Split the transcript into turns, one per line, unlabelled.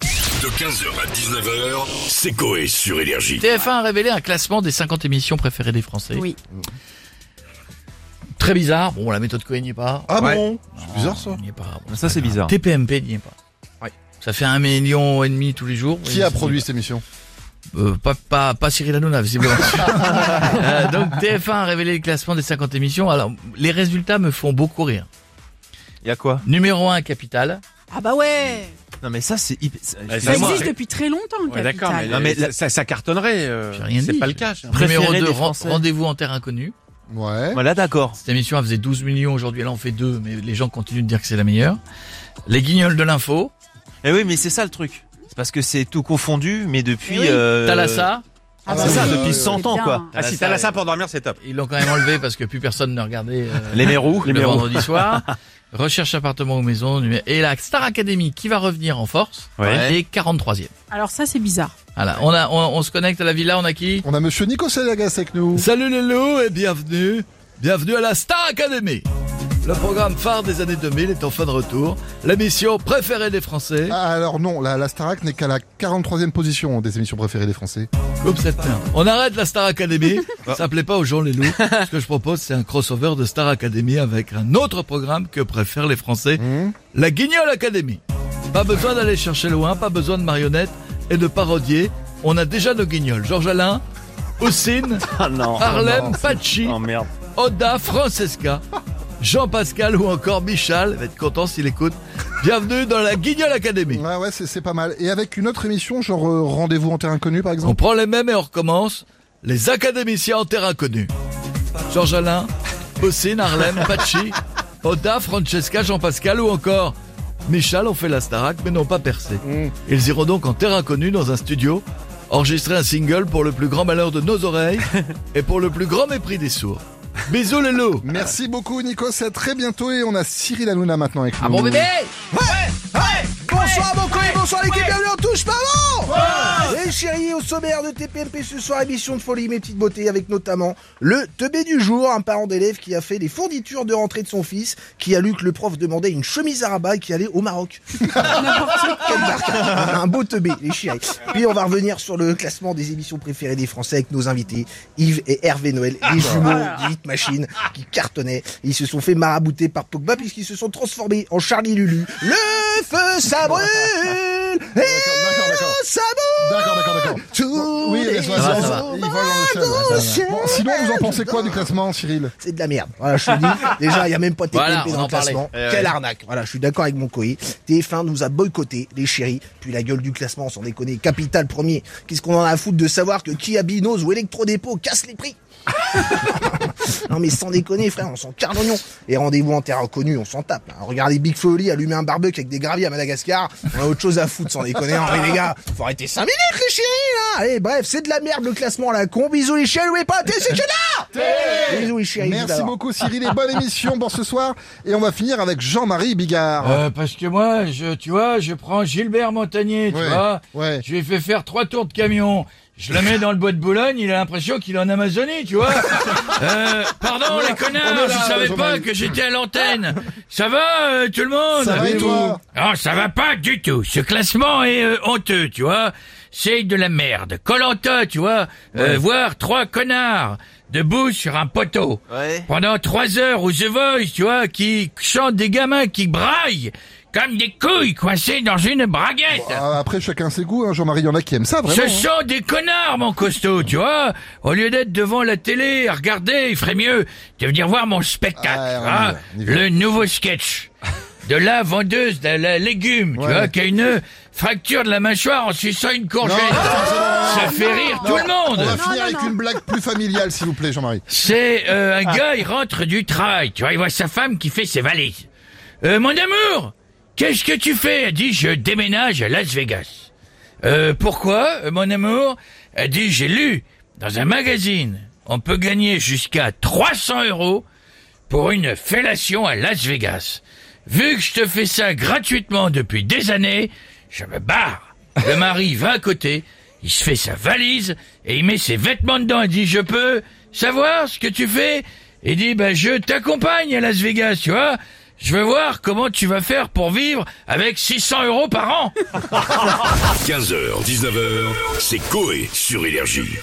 De 15h à 19h, c'est Coé sur Énergie.
TF1 a révélé un classement des 50 émissions préférées des Français.
Oui.
Très bizarre. Bon, la méthode Coé n'y est pas.
Ah
Ouais.
bon C'est bizarre ça.
N'y est pas. Bon,
Ça, c'est bizarre.
TPMP n'y est pas.
Ouais.
Ça fait un million et demi tous les jours.
Qui
Et
a
c'est-
produit cette émission
Euh, pas, pas, pas Cyril Hanouna, visiblement. Euh, donc TF1 a révélé le classement des 50 émissions. Alors, les résultats me font beaucoup rire.
Il y a quoi
Numéro 1, Capital.
Ah bah ouais
Non, mais ça, c'est hyper.
Ça
Bah, moi,
existe depuis très longtemps,
Ouais,
Capital.
d'accord, mais,
Non, mais la-
ça, ça cartonnerait. euh,
J'ai rien
c'est
dit.
pas le cas. j'ai l'impression.
Numéro
Préféré
2,
des
Ren-
Français.
Rendez-vous en terre inconnue.
Ouais.
Voilà, d'accord.
Cette émission, elle faisait 12 millions. Aujourd'hui, elle en fait 2, mais les gens continuent de dire que c'est la meilleure. Les guignols de l'info.
Eh oui, mais c'est ça le truc. C'est parce que c'est tout confondu, mais depuis.
Eh oui.
euh,
Thalassa.
Ah
C'est
bah
ça,
oui.
depuis
C'est
100 ans,
bien.
quoi.
Ah, si t'as la ça pour dormir, c'est top.
Ils l'ont quand même enlevé parce que plus personne ne regardait euh,
Les mérous.
le vendredi soir. Recherche appartement ou maison. numé- Et la Star Academy qui va revenir en force.
Ouais.
Et 43e.
Alors ça, c'est bizarre.
Voilà. On, a, on, on se connecte à la villa. On a qui
On a monsieur Nico Salagas avec nous.
Salut les loups et bienvenue. Bienvenue à la Star Academy. Le programme phare des années 2000 est en fin de retour. L'émission préférée des Français.
Ah, alors non, la, la Starac n'est qu'à la 43e position des émissions préférées des Français.
Coupe cette merde. On arrête la Star Academy.
Ah.
Ça plaît pas aux gens les loups. Ce que je propose, c'est un crossover de Star Academy avec un autre programme que préfèrent les Français,
Mmh.
Hmm
la Guignol Academy. Pas besoin d'aller chercher loin, pas besoin de marionnettes et de parodier. On a déjà nos guignols. Georges Alain, Houssine,
Ah non.
Harlem, Pachi,
Oh merde.
Oda, Francesca, Jean-Pascal ou encore Michal. Il va être content s'il écoute. Bienvenue dans la Guignol Academy.
Ouais, ouais, c'est c'est pas mal. Et avec une autre émission, genre euh, Rendez-vous en terre inconnue par
On
exemple
prend les mêmes et on recommence. Les académiciens en terrain connu. Georges Alain, Bossine, Harlem, Pachi, Oda, Francesca, Jean-Pascal ou encore Michel ont fait la Starac mais n'ont pas percé. Ils iront donc en terrain connu dans un studio, enregistrer un single pour le plus grand malheur de nos oreilles et pour le plus grand mépris des sourds. Bisous les loups
Merci beaucoup Nico, c'est à très bientôt et on a Cyril Hanouna maintenant avec nous.
Bonsoir mon collègue, bonsoir l'équipe, bienvenue en touche pas bon Et chérie, au sommaire de TPMP ce soir, émission de folie, mes petites beautés, avec notamment le teubé du jour, un parent d'élève qui a fait les fournitures de rentrée de son fils, qui a lu que le prof demandait une chemise à rabat et qui allait au Maroc. Quelle marque Un beau teubé, les chéris. Puis on va revenir sur le classement des émissions préférées des Français avec nos invités, Yves et Hervé Noël, les jumeaux du Hit Machine, qui cartonnaient. Ils se sont fait marabouter par Pogba puisqu'ils se sont transformés en Charlie Lulu. Le feu, ça brûle et
D'accord, d'accord, d'accord.
ça brûle
D'accord, d'accord, d'accord.
Tous
Oui,
les
laisse-moi Oh, ça,
va, ça
va. Oh, Il vole dans le sol, ouais, ça va. Bon, sinon, vous en pensez quoi du classement, Cyril
c'est de la merde. Voilà, je te dis, déjà, il n'y a même pas de
Voilà, on
TPMP dans
en
le
parlait.
classement.
Eh ouais.
Quelle arnaque. Voilà, je suis d'accord avec mon coï. TF1 nous a boycotté, les chéris. Puis la gueule du classement, sans déconner. Capital premier. Qu'est-ce qu'on en a à foutre de savoir que qui Binos ou Electrodépôt casse les prix? non mais sans déconner frère, on s'en carre l'oignon. Et rendez-vous en terre inconnue, on s'en tape. hein. Regardez Big Folly allumer un barbecue avec des graviers à Madagascar. On a autre chose à foutre sans déconner. hein. Mais les gars, faut arrêter 5 minutes les chéris là. Allez bref, c'est de la merde le classement à la con. Bisous les chéris, louez pas, t'es c'est là Bisous les chéris. bisous
Merci
d'abord.
beaucoup Cyril et bonne émission pour ce soir. Et on va finir avec Jean-Marie Bigard.
Euh, parce que moi, je, tu vois, je prends Gilbert Montagnier, tu
Ouais,
vois.
ouais.
Je lui ai fait faire trois tours de camion. Je le mets dans le bois de Boulogne, il a l'impression qu'il est en Amazonie, tu vois. Euh, pardon, les connards,
on est là,
je savais
Jean-Marie.
pas que j'étais à l'antenne. Ça va, euh, tout le monde
Ça va et toi
Non, ça va pas du tout. Ce classement est euh, honteux, tu vois. C'est de la merde. Colanta, tu vois. Euh, voir trois connards debout sur un poteau.
Ouais.
Pendant trois heures aux The Voice, tu vois, qui chantent des gamins qui braillent comme des couilles coincées dans une braguette.
Ah, Après, chacun ses goûts, hein, Jean-Marie, il y en a qui aiment ça, vraiment.
Ce
hein.
sont des connards, mon costaud, tu vois. Au lieu d'être devant la télé à regarder, il ferait mieux de venir voir mon spectacle.
Ah, Ouais, on y
hein.
va, on y va.
le nouveau sketch de la vendeuse de la légume, tu
Ouais.
vois, qui a une fracture de la mâchoire en suçant une courgette. Ça fait rire tout le
On
monde.
va finir avec une blague plus familiale, s'il vous plaît, Jean-Marie.
C'est euh, un gars, il rentre du travail, tu vois, il voit sa femme qui fait ses valises. Euh, mon amour, qu'est-ce que tu fais Elle dit, je déménage à Las Vegas. Euh, pourquoi, euh, mon amour Elle dit, j'ai lu dans un magazine, on peut gagner jusqu'à 300 euros pour une fellation à Las Vegas. Vu que je te fais ça gratuitement depuis des années, je me barre. Le mari va à côté, il se fait sa valise et il met ses vêtements dedans et dit je peux savoir ce que tu fais Il dit ben je t'accompagne à Las Vegas, tu vois. Je veux voir comment tu vas faire pour vivre avec 600 euros par an.
15h, 19h, c'est Coé sur Énergie.